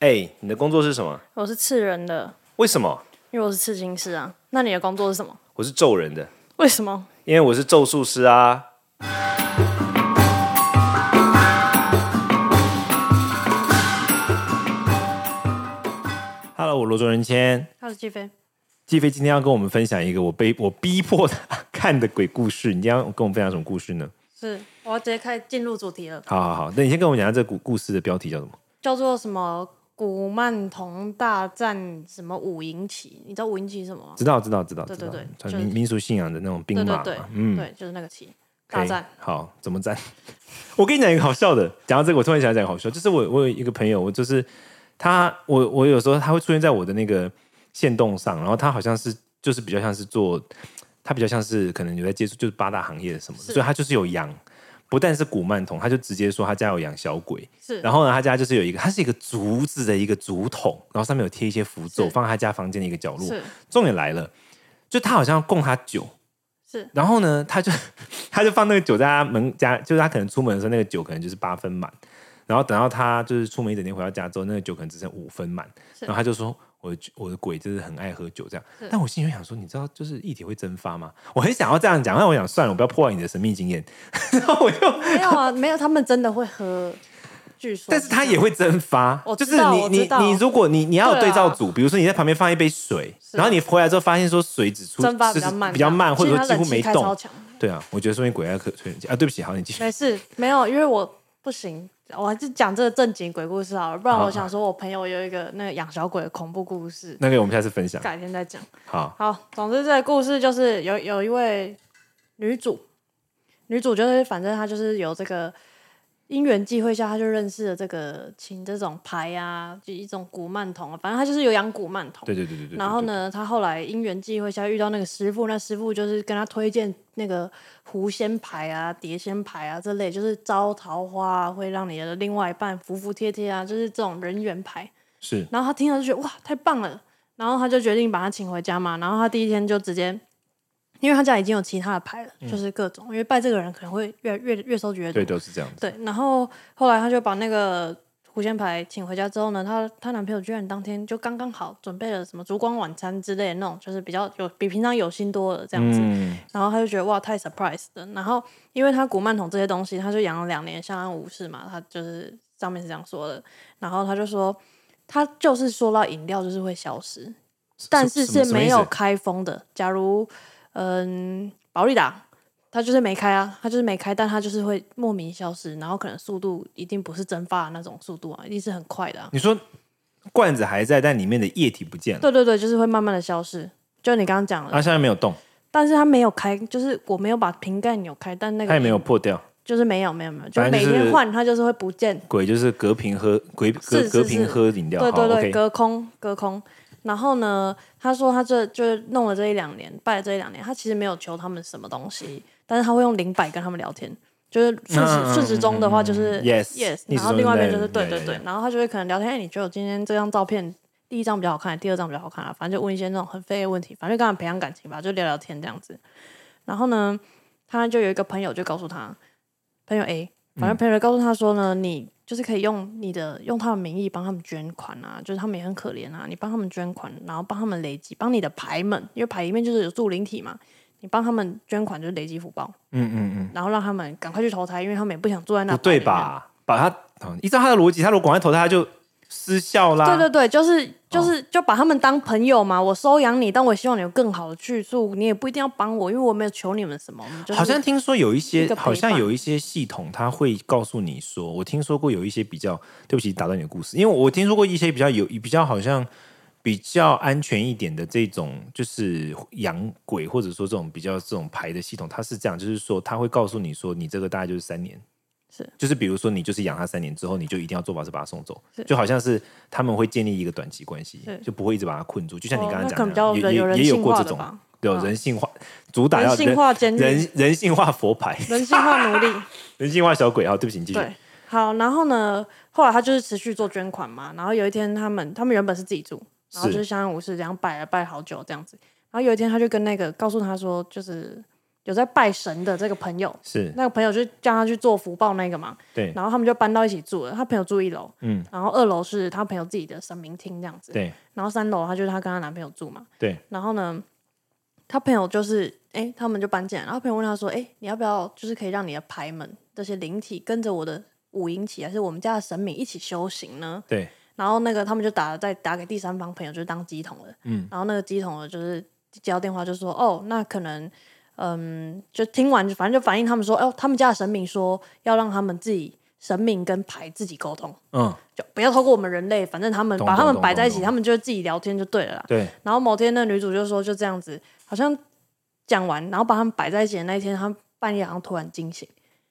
哎、你的工作是什么？我是刺人的，为什么？因为我是刺青师啊。那你的工作是什么？我是咒人的，为什么？因为我是咒术师啊。Hello，我罗卓仁谦。他是季飞。季飞今天要跟我们分享一个我被我逼迫他 看的鬼故事。你今天要跟我们分享什么故事呢？是，我要直接开进入主题了，好好好，那你先跟我们讲一下这故故事的标题叫什么？叫做什么古曼童大战什么五营旗？你知道五营旗是什么吗？知道，知道，知道，对知对道对，传就是民民俗信仰的那种兵对马对嘛。对，嗯，对，就是那个旗可大以战。好，怎么战？ 我跟你讲一个好笑的，讲到这个，我突然想讲一个好笑，就是我我有一个朋友，我就是他，我我有时候他会出现在我的那个线动上，然后他好像是就是比较像是做，他比较像是可能有在接触就是八大行业什么的，是所以他就是有养，不但是古曼童，他就直接说他家有养小鬼，是，然后呢，他家就是有一个，它是一个竹子的一个竹筒，然后上面有贴一些符咒，是放在他家房间的一个角落，是重点来了，就他好像供他酒，是然后呢，他就 他就放那个酒在他门家，就是他可能出门的时候，那个酒可能就是八分满，然后等到他就是出门一整天回到家之后，那个酒可能只剩五分满，是然后他就说。我的酒我的鬼就是很爱喝酒这样是，但我心里就想说，你知道就是液体会蒸发吗？我很想要这样讲，但我想算了，我不要破坏你的神秘经验。然后我就，没有啊， 没有，他们真的会喝，据说。但是它也会蒸发我，就知是道你我你知道你如果你你要有对对啊照组，比如说你在旁边放一杯水，然后你回来之后发现说水只出蒸发就比是较慢，啊比较慢，或者说其实几它乎冷气没开动超，强。对啊，我觉得说明鬼爱可吹冷气啊。对不起，好，你继续。没事，没有，因为我不行，我还是讲这个正经鬼故事好了，不然好我想说，我朋友有一个那个养小鬼的恐怖故事， 那个我们下次分享。改天再讲。好，好，总之这个故事就是有有一位女主，女主就是反正她就是有这个因缘际会下，她就认识了这个琴这种牌啊，就一种古曼童啊，反正她就是有养古曼童。对对对对对。然后对？呢，她后来因缘际会下遇到那个师傅，那师傅就是跟她推荐那个狐仙牌啊、碟仙牌啊这类，就是招桃花、啊，会让你的另外一半服服帖帖啊，就是这种人缘牌。对是然后他听了就觉得哇，太棒了，然后他就决定把他请回家嘛。然后他第一天就直接，因为他家已经有其他的牌了，嗯就是各种，因为拜这个人可能会越越越收越多对，。都是这样子。对，然后后来他就把那个狐仙牌请回家之后呢，她她男朋友居然当天就刚刚好准备了什么烛光晚餐之类的那种，就是比较有比平常有心多了这样子。嗯，然后他就觉得哇太 surprise 了。然后因为他古曼童这些东西，他就养了两年相安无事嘛，他就是上面是这样说的。然后他就说，他就是说到饮料就是会消失，但是什么是什么没意思有开封的。假如嗯，保利达。它就是没开啊，它就是没开，但它就是会莫名消失，然后可能速度一定不是蒸发的那种速度啊，一定是很快的、啊。你说罐子还在，但里面的液体不见了，对对对，就是会慢慢的消失，就你刚刚讲然后了，下啊面没有动，但是它没有开，就是我没有把瓶盖扭开，但那个它也没有破掉。就是没有没有没有，就反正每就是天换它就是会不见，鬼就是隔瓶喝，鬼隔是是隔瓶是喝饮料。对对好对，哦，OK 隔空隔空。然后呢，他说他这就是弄了这一两年，拜了这一两年，他其实没有求他们什么东西，但是他会用灵摆跟他们聊天，就是顺时、嗯顺时钟的话就是嗯嗯嗯 yes，逆时钟然后另外一边就是是对对对对对，然后他就会可能聊天，哎，你觉得我今天这张照片第一张比较好看，第二张比较好看啊？反正就问一些那种很废的问题，反正就跟他们培养感情吧，就聊聊天这样子。然后呢，他就有一个朋友就告诉他，朋友 A，反嗯正朋友就告诉他说呢，你就是可以用你的用他的名义帮他们捐款啊，就是他们也很可怜啊，你帮他们捐款，然后帮他们累积，帮你的牌们，因为牌里面就是有助灵体嘛，你帮他们捐款就是累积福报，嗯嗯嗯，然后让他们赶快去投胎，因为他们也不想坐在那，不对？吧？把它哦依照他的逻辑，他如果赶快投胎，他就失效啦。对对对，哦就是就是、就把他们当朋友嘛，我收养你，但我也希望你有更好的去处，你也不一定要帮我，因为我没有求你们什么，我们就是好像听说有一些一个，陪好像伴有一些系统，它会告诉你说，我听说过有一些比较，对不起，打断你的故事，因为我听说过一些比较有比较好像比较安全一点的这种，就是养鬼或者说这种比较这种牌的系统，它是这样，就是说它会告诉你说，你这个大概就是三年。是就是比如说，你就是养它三年之后，你就一定要做法事把它送走是，就好像是他们会建立一个短期关系是，就不会一直把它困住。就像你哦刚刚那可能讲比较的，人也有也人也有性过化这的种吧，对嗯人性化，主打要人性化监狱人人性化佛牌，人性化奴 隶。人性化小鬼。好，对不起，你继续。对，好，然后呢，后来他就是持续做捐款嘛，然后有一天他们他们原本是自己住，然后是就是相安无事，这样拜了拜好久这样子，然后有一天他就跟那个告诉他说，就是。有在拜神的这个朋友，是那个朋友就叫他去做福报那个嘛，对然后他们就搬到一起住了。他朋友住一楼，嗯，然后二楼是他朋友自己的神明厅这样子，对然后三楼他就是他跟她男朋友住嘛，对，然后呢，他朋友就是哎、诶他们就搬进来，然后朋友问他说，哎、你要不要就是可以让你的牌们这些灵体跟着我的五营起，还是我们家的神明一起修行呢？对然后那个他们就打再打给第三方朋友，就是当机筒了。嗯，然后那个机筒的就是接到电话就说，哦，那可能，嗯，就听完反正就反映他们说，哦，他们家的神明说要让他们自己神明跟牌自己沟通，嗯，就不要透过我们人类，反正他们懂把他懂们懂摆在一懂起，懂他们就自己聊天就对了啦。对然后某天那女主就说就这样子，好像讲完，然后把他们摆在一起的那一天，他半夜好像突然惊醒。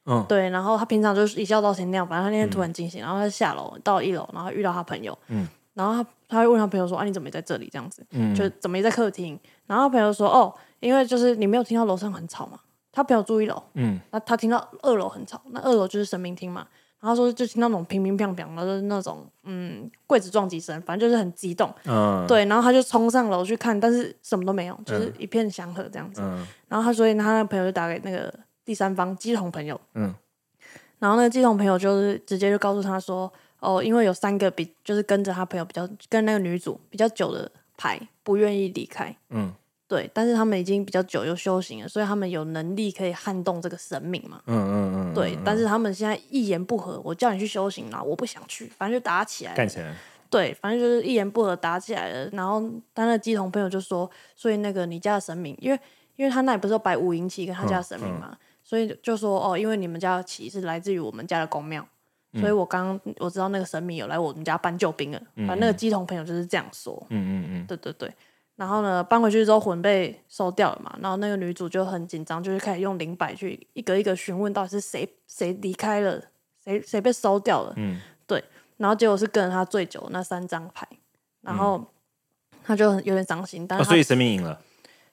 嗯对，然后他平常就是一觉到天亮，反正他那天突然惊醒，然后他下楼到一楼，然后遇到他朋友，嗯，然后他他会问他朋友说啊你怎么也在这里这样子，嗯就怎么也在客厅，然后他朋友说哦，因为就是你没有听到楼上很吵嘛，他朋友住一楼，嗯那他听到二楼很吵，那二楼就是神明厅嘛。然后他说就听到那种乒乒乓乓，然后就是那种嗯柜子撞击声，反正就是很激动。嗯对，然后他就冲上楼去看，但是什么都没有，就是一片祥和这样子。嗯然后他所以他那个朋友就打给那个第三方基同朋友，嗯然后那个基同朋友就是直接就告诉他说，哦，因为有三个比就是跟着他朋友比较跟那个女主比较久的牌不愿意离开，嗯对，但是他们已经比较久有修行了，所以他们有能力可以撼动这个神明嘛。嗯嗯嗯，对，但是他们现在一言不合，我叫你去修行啦，我不想去，反正就打起来了干起来了，对，反正就是一言不合打起来了。然后他那鸡同朋友就说，所以那个你家的神明，因为因为他那里不是有摆五营旗跟他嗯家的神明嘛，所以就说哦，因为你们家的旗是来自于我们家的公庙，所以嗯我刚我知道那个神明有来我们家搬救兵了。反正那个鸡同朋友就是这样说，嗯嗯对对对。然后呢，搬回去之后魂被收掉了嘛，然后那个女主就很紧张，就是开始用灵摆去一个一个询问到底是谁谁离开了，谁谁被收掉了。嗯然后结果是跟着他最久的那三张牌，然后他就很有点伤心，但嗯，啊是嗯他所以神明赢了，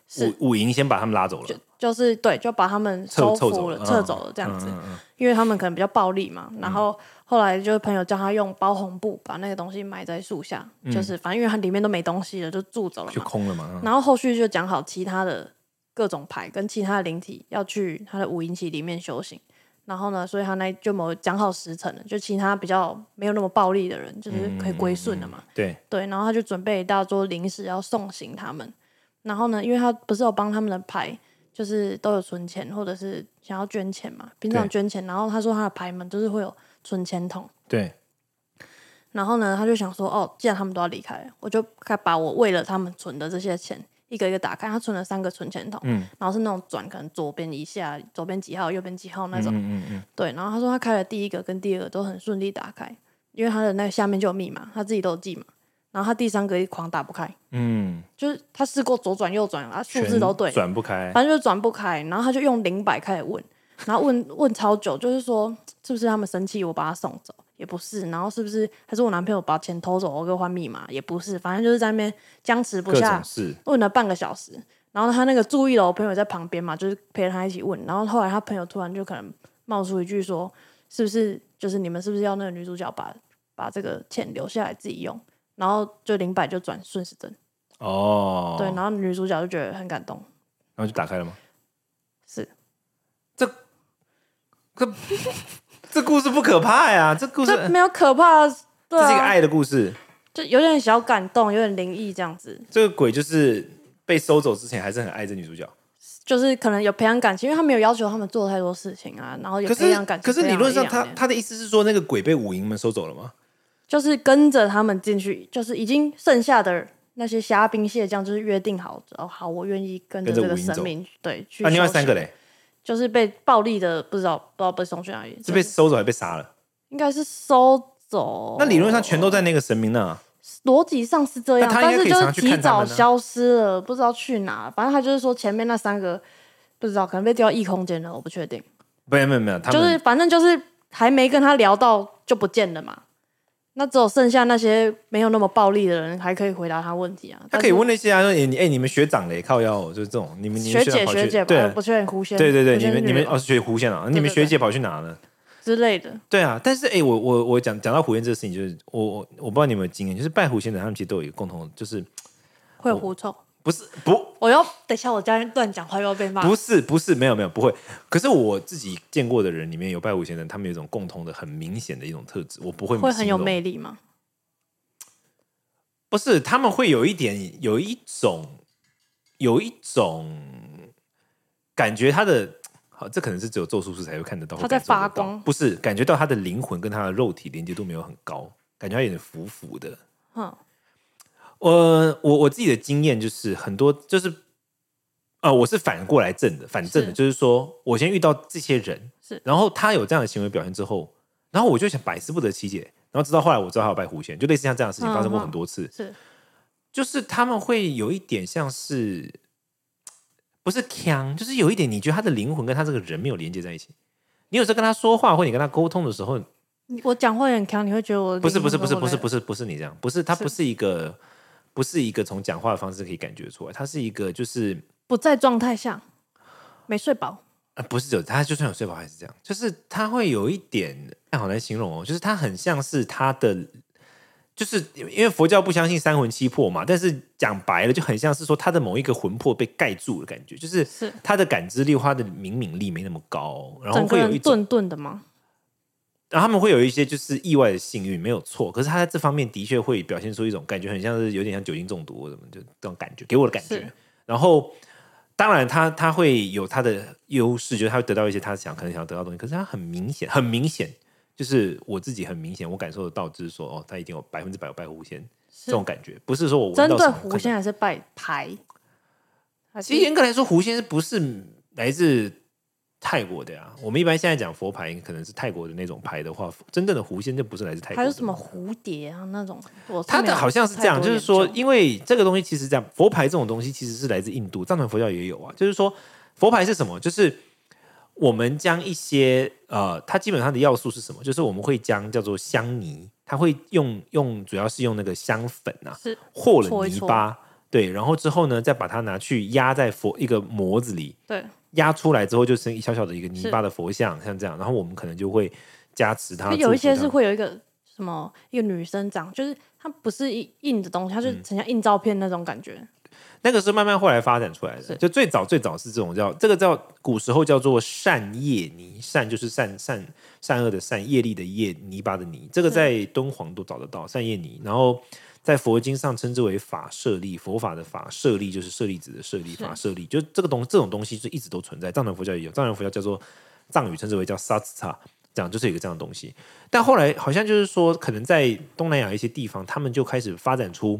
是五五赢先把他们拉走就了，就是对，就把他们收撤撤服走了，了，嗯撤走了这样子，因为他们可能比较暴力嘛。然后后来就是朋友叫他用包红布把那个东西埋在树下，就是反正因为它里面都没东西了，就住走了嗯就嘛。空了嘛，嗯然后后续就讲好其他的各种牌跟其他的灵体要去他的五营旗里面修行。然后呢，所以他那就某讲好时辰了，就其他比较没有那么暴力的人，就是嗯可以归顺了嘛。对，对，然后他就准备一大桌零食要送行他们。然后呢，因为他不是有帮他们的牌，就是都有存钱或者是想要捐钱嘛，平常对捐钱。然后他说他的牌们就是会有存钱筒。对，然后呢，他就想说，哦，既然他们都要离开了，我就该把我为了他们存的这些钱一个一个打开。他存了三个存钱筒，嗯然后是那种转，可能左边一下，左边几号，右边几号那嗯种。嗯嗯对，然后他说他开了第一个跟第二个都很顺利打开，因为他的那个下面就有密码，他自己都有记嘛。然后他第三个一狂打不开，嗯，就是他试过左转右转啊，数字都对，转不开，反正就转不开。然后他就用零百开始问，然后问问超久，就是说是不是他们生气我把他送走，也不是。然后是不是还是我男朋友把钱偷走，我给我换密码，也不是。反正就是在那边僵持不各下种，事，问了半个小时，然后他那个注意了，我朋友在旁边嘛，就是陪他一起问。然后后来他朋友突然就可能冒出一句说：“是不是就是你们是不是要那个女主角把把这个钱留下来自己用？”然后就零百就转顺时针，哦，对，然然后女主角就觉得很感动，后就打开了吗？是 这故事不可怕呀，这故事这没有可怕，对这是一个啊，爱的故事，就有点小感动，有点灵异这样子，这个鬼就是被收走之前还是很爱这女主角。就是可能有培养感情，因为他没有要求他们做太多事情啊，然后也可培是养感情。可是培养理论上了一他两年他的意思是说那个鬼被五营们收走了吗？就是跟着他们进去，就是已经剩下的那些虾兵蟹将，就是约定好，哦，好，我愿意跟着跟着这个五营神走明，对，去。那啊另外三个，嘞就是被暴力的，不知道不知道被送去哪里，是被就是收走还是被杀了？应该是收走。那理论上全都在那个神明那。逻辑上是这样，那他应该但是可以就常是常去提看他们早啊消失了，不知道去哪。反正他就是说前面那三个不知道，可能被丢到异空间了，我不确定。没有没有没有，他就是们反正就是还没跟他聊到就不见了嘛。那只有剩下那些没有那么暴力的人还可以回答他问题啊。他但可以是问那些啊，说哎你哎你们学长嘞靠腰哦，就是这种你们你们学姐长跑学去姐吧，对呃啊不确定狐仙，对对对，狐仙你是们你女们的吧哦学狐仙啊，你们对对学姐跑去哪了？之类的，对啊，但是哎、我我我讲讲到狐仙这个事情，就是我我我不知道你有没有经验，就是拜狐仙的，他们其实都有一个共同，就是会有狐臭，不是不我要等一下我家人乱讲话又要被骂。不是不是没有没有不会。可是我自己见过的人里面有拜五先生，他们有一种共同的很明显的一种特质，我不会会很有形容魅力吗？不是，他们会有一点，有一种，有一种感觉，他的好，这可能是只有咒术师才会看得到，他在或感受得发到光不是感觉到他的灵魂跟他的肉体连接度没有很高，感觉他有点浮浮的。嗯，我呃我我自己的经验就是很多就是，呃，我是反过来正的，反正的，是就是说我先遇到这些人，是然后他有这样的行为表现之后，然后我就想百思不得其解，然后直到后来我知道他有拜狐仙，就类似像这样的事情发生过嗯嗯很多次，是就是他们会有一点像是，不是腔，就是有一点你觉得他的灵魂跟他这个人没有连接在一起。你有时候跟他说话或你跟他沟通的时候，你我讲话很强，你会觉得我不是不是不是灵不魂是都不没了是不是你这样，不是他是不是一个不是一个从讲话的方式可以感觉出来，他是一个就是不在状态下，没睡饱，呃不是有他就算有睡饱还是这样，就是他会有一点，哎好难形容哦，就是他很像是他的。就是因为佛教不相信三魂七魄嘛，但是讲白了就很像是说他的某一个魂魄被盖住的感觉，就是是他的感知力、他的灵敏力没那么高，然后整个会有人一种，顿顿的吗？然后他们会有一些就是意外的幸运，没有错。可是他在这方面的确会表现出一种感觉，很像是有点像酒精中毒或怎么就这种感觉，给我的感觉是。然后当然他他会有他的优势，就是他会得到一些他想可能想要得到的东西。可是他很明显，很明显，就是我自己很明显，我感受得到，就是说哦，他一定有百分之百有拜狐仙这种感觉，不是说我闻针到对什么狐看到仙还是拜牌？还是其实严格来说，狐仙是不是来自泰国的呀、我们一般现在讲佛牌，可能是泰国的那种牌的话，真正的狐仙就不是来自泰国。还有什么？蝴蝶啊那种？我是它没的有好像是这样，太多就是说，研究因为这个东西其实这样，佛牌这种东西其实是来自印度，藏传佛教也有啊。就是说，佛牌是什么？就是我们将一些呃，它基本上的要素是什么？就是我们会将叫做香泥，它会用用主要是用那个香粉啊，是和搓了一泥搓巴，对，然后之后呢，再把它拿去压在佛一个模子里，对压出来之后就剩一小小的一个泥巴的佛像，像这样，然后我们可能就会加持它。就有一些祝是福它会有一个什么一个女生长，就是它不是一印的东西，它嗯就是很像印照片那种感觉。那个是慢慢后来发展出来的，是就最早最早是这种叫这个叫古时候叫做善业泥，善就是善善善恶的善，业力的业，泥巴的泥，这个是在敦煌都找得到善业泥，然后。在佛经上称之为法舍利，佛法的法舍利就是舍利子的舍利，法舍利就这个东这种东西是一直都存在。藏传佛教也有，藏传佛教叫做藏语称之为叫萨斯塔，这样就是有一个这样的东西。但后来好像就是说，可能在东南亚一些地方，他们就开始发展出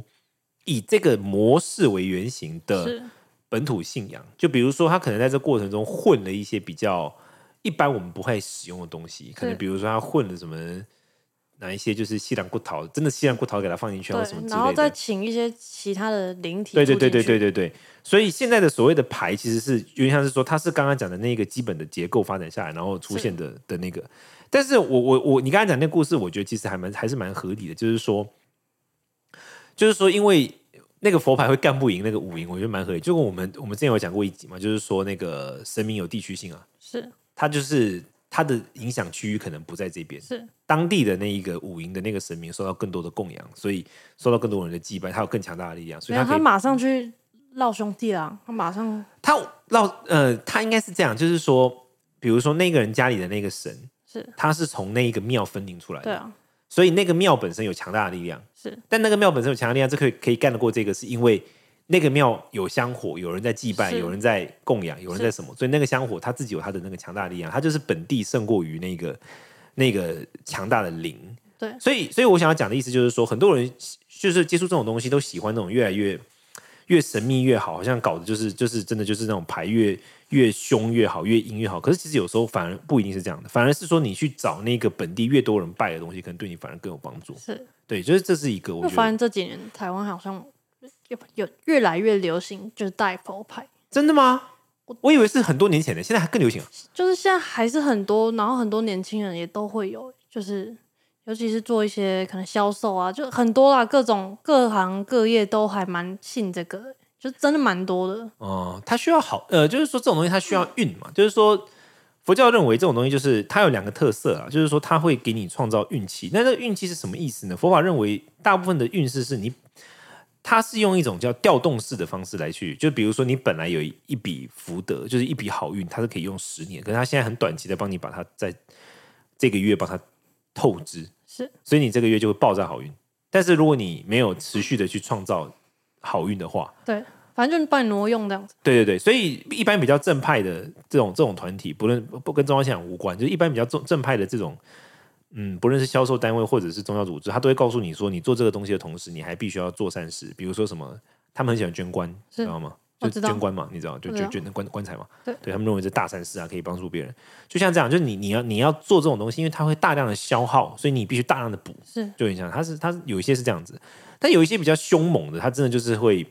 以这个模式为原型的是本土信仰。就比如说，他可能在这过程中混了一些比较一般我们不会使用的东西，可能比如说他混了什么。哪一些就是西兰骨桃，真的西兰骨桃给它放进去，啊或什么对，之类的。然后再请一些其他的灵体对对对住进对去对对对，所以现在的所谓的牌其实是有点像是说，它是刚刚讲的那个基本的结构发展下来，然后出现的的那个。但是我我我，你刚才讲那个故事，我觉得其实还蛮还是蛮合理的，就是说，就是说，因为那个佛牌会干不赢那个五营，我觉得蛮合理。就跟我们我们之前有讲过一集嘛，就是说那个神明有地区性啊，是它就是它的影响区域可能不在这边，是当地的那一个五营的那个神明受到更多的供养，所以受到更多人的祭拜，他有更强大的力量，所以没有它可他以马上去闹兄弟啦，他马上他绕呃，他应该是这样，就是说，比如说那个人家里的那个神，是他是从那一个庙分灵出来对的，啊所以那个庙本身有强大的力量，是但那个庙本身有强大的力量，这可以可以干得过这个，是因为那个庙有香火，有人在祭拜，是有人在供养，有人在什么，所以那个香火他自己有他的那个强大的力量，他就是本地胜过于那个那个强大的灵，对所以，所以我想要讲的意思就是说，很多人喜就是接触这种东西，都喜欢那种越来越越神秘越好，好像搞的就是就是真的就是那种牌越越凶越好，越阴越好。可是其实有时候反而不一定是这样的，反而是说你去找那个本地越多人拜的东西，可能对你反而更有帮助。是。对，就是这是一个我我觉发得现这几年台湾好像有有越来越流行，就是带佛牌，真的吗？我以为是很多年前的，现在还更流行啊。就是现在还是很多，然后很多年轻人也都会有，就是尤其是做一些可能销售啊，就很多啦，各种各行各业都还蛮信这个的，就真的蛮多的。哦、它需要好，呃，就是说这种东西它需要运嘛，就是说佛教认为这种东西就是它有两个特色啊，就是说它会给你创造运气。那这个运气是什么意思呢？佛法认为大部分的运势是你它是用一种叫调动式的方式来去，就比如说你本来有一一笔福德，就是一笔好运，它是可以用十年，可是它现在很短期的帮你把它在这个月把它透支，是，所以你这个月就会爆炸好运。但是如果你没有持续的去创造好运的话，对，反正就是帮你挪用这样子。对对对，所以一般比较正派的这种这种团体，不论不跟中央信仰无关，就是一般比较正正派的这种，嗯，不论是销售单位或者是宗教组织，他都会告诉你说，你做这个东西的同时，你还必须要做善事，比如说什么，他们很喜欢捐棺，是知道吗？我就知道捐棺嘛，你知道，就我知就道捐棺棺材嘛，对他们认为这大善事啊，可以帮助别人。就像这样，就是你你要你要做这种东西，因为它会大量的消耗，所以你必须大量的补，是就很像，它是它是有一些是这样子，但有一些比较凶猛的，它真的就是会，比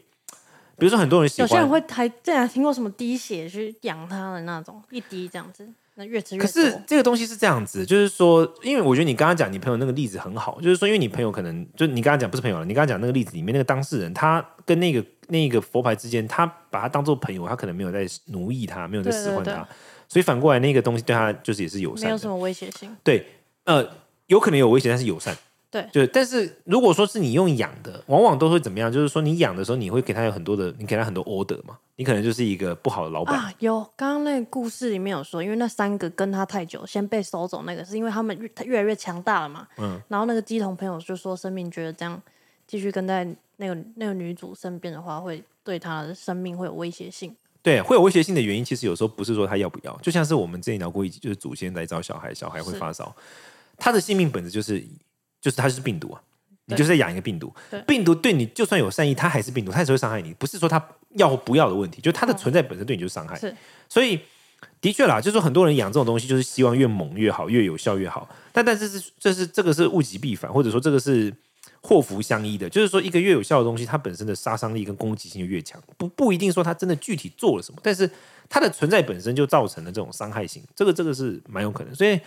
如说很多人喜有欢，些人会还竟然听过什么滴血去养它的那种，一滴这样子，那越吃越可是多。这个东西是这样子，就是说，因为我觉得你刚刚讲你朋友那个例子很好，就是说，因为你朋友可能就你刚刚讲不是朋友了，你刚刚讲那个例子里面那个当事人，他跟那个那个佛牌之间，他把他当做朋友，他可能没有在奴役他，没有在使唤他，对对对所以反过来那个东西对他就是也是友没善有什的，么威胁性，对，呃，有可能有危险，但是友善。对就是但是如果说是你用养的，往往都会怎么样？就是说你养的时候，你会给他有很多的，你给他很多 order 嘛，你可能就是一个不好的老板，啊，有刚刚那个故事里面有说，因为那三个跟他太久，先被收走那个，是因为他们越他越来越强大了嘛。嗯。然后那个鸡同朋友就说，生命觉得这样继续跟在那个那个女主身边的话，会对她的生命会有威胁性。对，会有威胁性的原因，其实有时候不是说他要不要，就像是我们之前聊过一集，就是祖先来找小孩，小孩会是发烧，他的性命本质就是就是他是病毒啊，你对就是在养一个病毒对，病毒对你就算有善意，它还是病毒，它还是会伤害你，不是说它要或不要的问题，就是它的嗯存在本身对你就是伤害，是所以。的确啦，就是说很多人养这种东西，就是希望越猛越好，越有效越好。但但是是这是这个是物极必反，或者说这个是祸福相依的，就是说一个越有效的东西，它本身的杀伤力跟攻击性就越强，不不一定说它真的具体做了什么，但是它的存在本身就造成了这种伤害性，这个这个是蛮有可能，所以。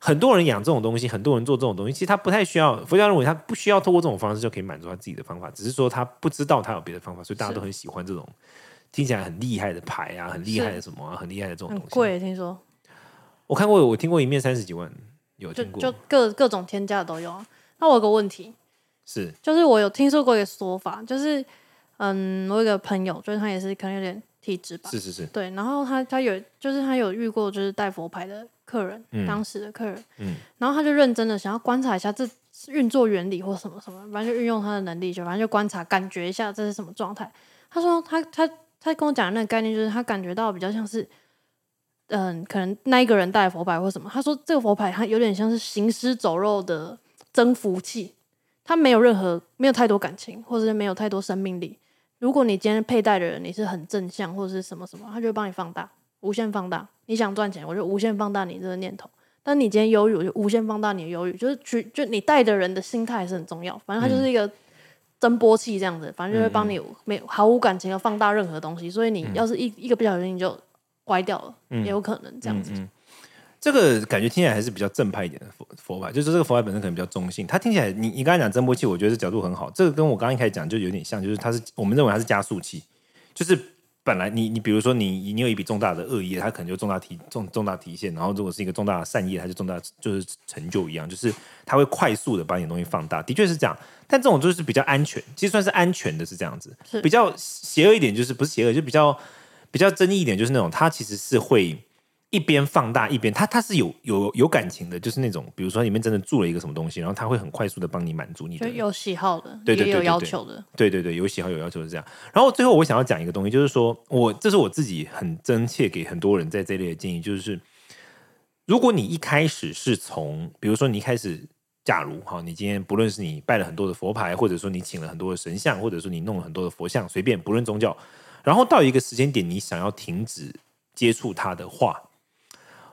很多人养这种东西，很多人做这种东西，其实他不太需要佛教认为他不需要透过这种方式就可以满足他自己的方法，只是说他不知道他有别的方法，所以大家是都很喜欢这种听起来很厉害的牌啊，很厉害的什么啊，很厉害的这种很东西。贵，听说我看过，我听过一面三十几万，有就听过，就各各种天价都有啊。那我有个问题，是就是我有听说过一个说法，就是嗯，我有一个朋友，就是他也是可能有点体质吧，是是是，对，然后他他有就是他有遇过就是带佛牌的客人，嗯当时的客人，嗯然后他就认真的想要观察一下这运作原理或什么什么，反正就运用他的能力，就反正就观察感觉一下这是什么状态。他说他他他跟我讲的那个概念就是他感觉到比较像是。嗯，可能那一个人带佛牌或什么，他说这个佛牌它有点像是行尸走肉的增幅器，它没有任何没有太多感情，或者是没有太多生命力，如果你今天佩戴的人你是很正向或者是什么什么，他就会帮你放大，无限放大。你想赚钱，我就无限放大你这个念头；但你今天忧郁，我就无限放大你的忧郁。就是去，就你带的人的心态是很重要。反正它就是一个增波器这样子，反正就会嗯帮你没有毫无感情的放大任何东西。所以你要是一一个不小心你就歪掉了，嗯也有可能这样子。这个感觉听起来还是比较正派一点的佛佛牌，就是这个佛牌本身可能比较中性。它听起来，你你刚才讲增波器，我觉得这角度很好。这个跟我刚刚一开始讲就有点像，就是它是我们认为它是加速器，就是本来你你比如说你你有一笔重大的恶业，它可能就重大提重重大提现，然后如果是一个重大的善业，它就重大就是成就一样，就是它会快速的把你的东西放大，的确是这样。但这种就是比较安全，其实算是安全的，是这样子。是比较邪恶一点，就是不是邪恶，就比较比较争议一点，就是那种它其实是会一边放大一边，它它是有有有感情的，就是那种比如说里面真的住了一个什么东西，然后它会很快速的帮你满足你就的有喜好的，对对对也有对要对求的，对对对，有喜好有要求是这样。然后最后我想要讲一个东西，就是说我这是我自己很真切给很多人在这类的建议，就是如果你一开始是从，比如说你一开始，假如哈，你今天不论是你拜了很多的佛牌，或者说你请了很多的神像，或者说你弄了很多的佛像，随便不论宗教，然后到一个时间点，你想要停止接触它的话，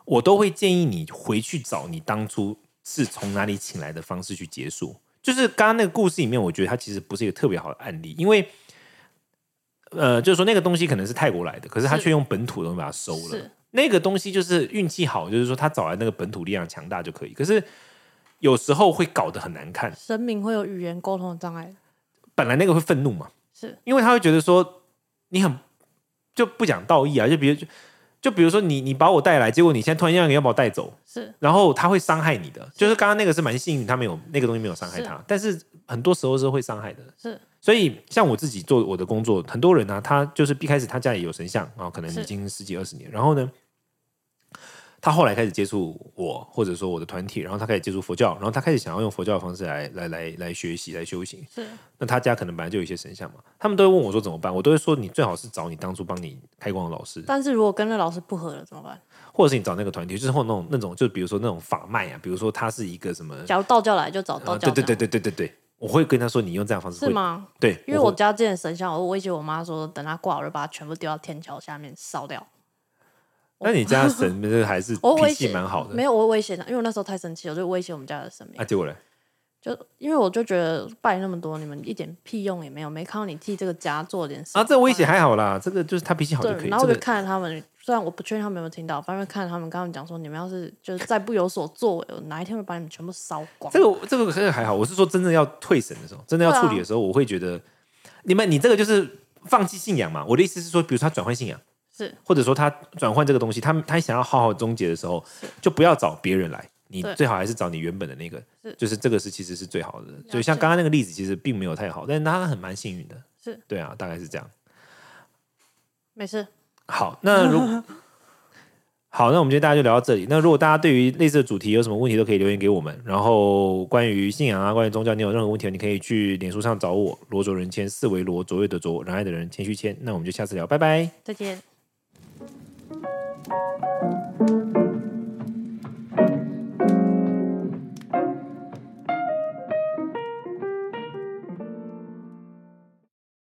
我都会建议你回去找你当初是从哪里请来的方式去结束。就是刚刚那个故事里面，我觉得它其实不是一个特别好的案例，因为呃，就是说那个东西可能是泰国来的，可是他是却用本土的东西把它收了是。那个东西就是运气好，就是说他找来那个本土力量强大就可以。可是有时候会搞得很难看，生命会有语言沟通的障碍，本来那个会愤怒嘛，是因为他会觉得说你很就不讲道义啊，就比如就就比如说你你把我带来，结果你现在突然让你要把我带走，是然后他会伤害你的。就是刚刚那个是蛮幸运，他没有那个东西没有伤害他，但是很多时候是会伤害的。是，所以像我自己做我的工作，很多人呢、他就是一开始他家里有神像啊，可能是已经十几二十年，然后呢，他后来开始接触我，或者说我的团体，然后他开始接触佛教，然后他开始想要用佛教的方式来来来来学习来修行，是那他家可能本来就有一些神像嘛，他们都会问我说怎么办，我都会说你最好是找你当初帮你开光的老师，但是如果跟那老师不合了怎么办？或者是你找那个团体，就是或那种那种，就比如说那种法脉啊，比如说他是一个什么，假如道教来就找道呃教、对对对，对对对对，我会跟他说你用这样的方式是会，吗？对，因为我会家之前神像，我威胁我妈说，等她挂，我就把它全部丢到天桥下面烧掉。 那你家神不是还是哦我威脾胁气蛮好的没有，我威胁她，因为我那时候太生气，我就威胁我们家的神明，啊？结果嘞，就因为我就觉得拜那么多，你们一点屁用也没有，没看到你替这个家做点什么啊，这威胁还好啦，这个就是他脾气好就可嗯对，以，然后这我就个看着他们，虽然我不确定他们有没有听到，反正看着他们跟他们讲说，你们要是就是再不有所作为，我哪一天会把你们全部烧光。这个这个这个还好，我是说真正要退神的时候，真的要对啊处理的时候，我会觉得你们你这个就是放弃信仰嘛，我的意思是说，比如说他转换信仰。是或者说他转换这个东西，他他想要好好终结的时候，就不要找别人来，你对最好还是找你原本的那个是，就是这个是其实是最好的。解所以像刚刚那个例子，其实并没有太好，但是他很蛮幸运的。是，对啊，大概是这样。没事，好，那如好，那我们今天大家就聊到这里。那如果大家对于类似的主题有什么问题，都可以留言给我们。然后关于信仰啊，关于宗教，你有任何问题，你可以去脸书上找我，罗卓人谦，四维罗，卓越的卓，仁爱的人，谦虚谦。那我们就下次聊，拜拜。再见。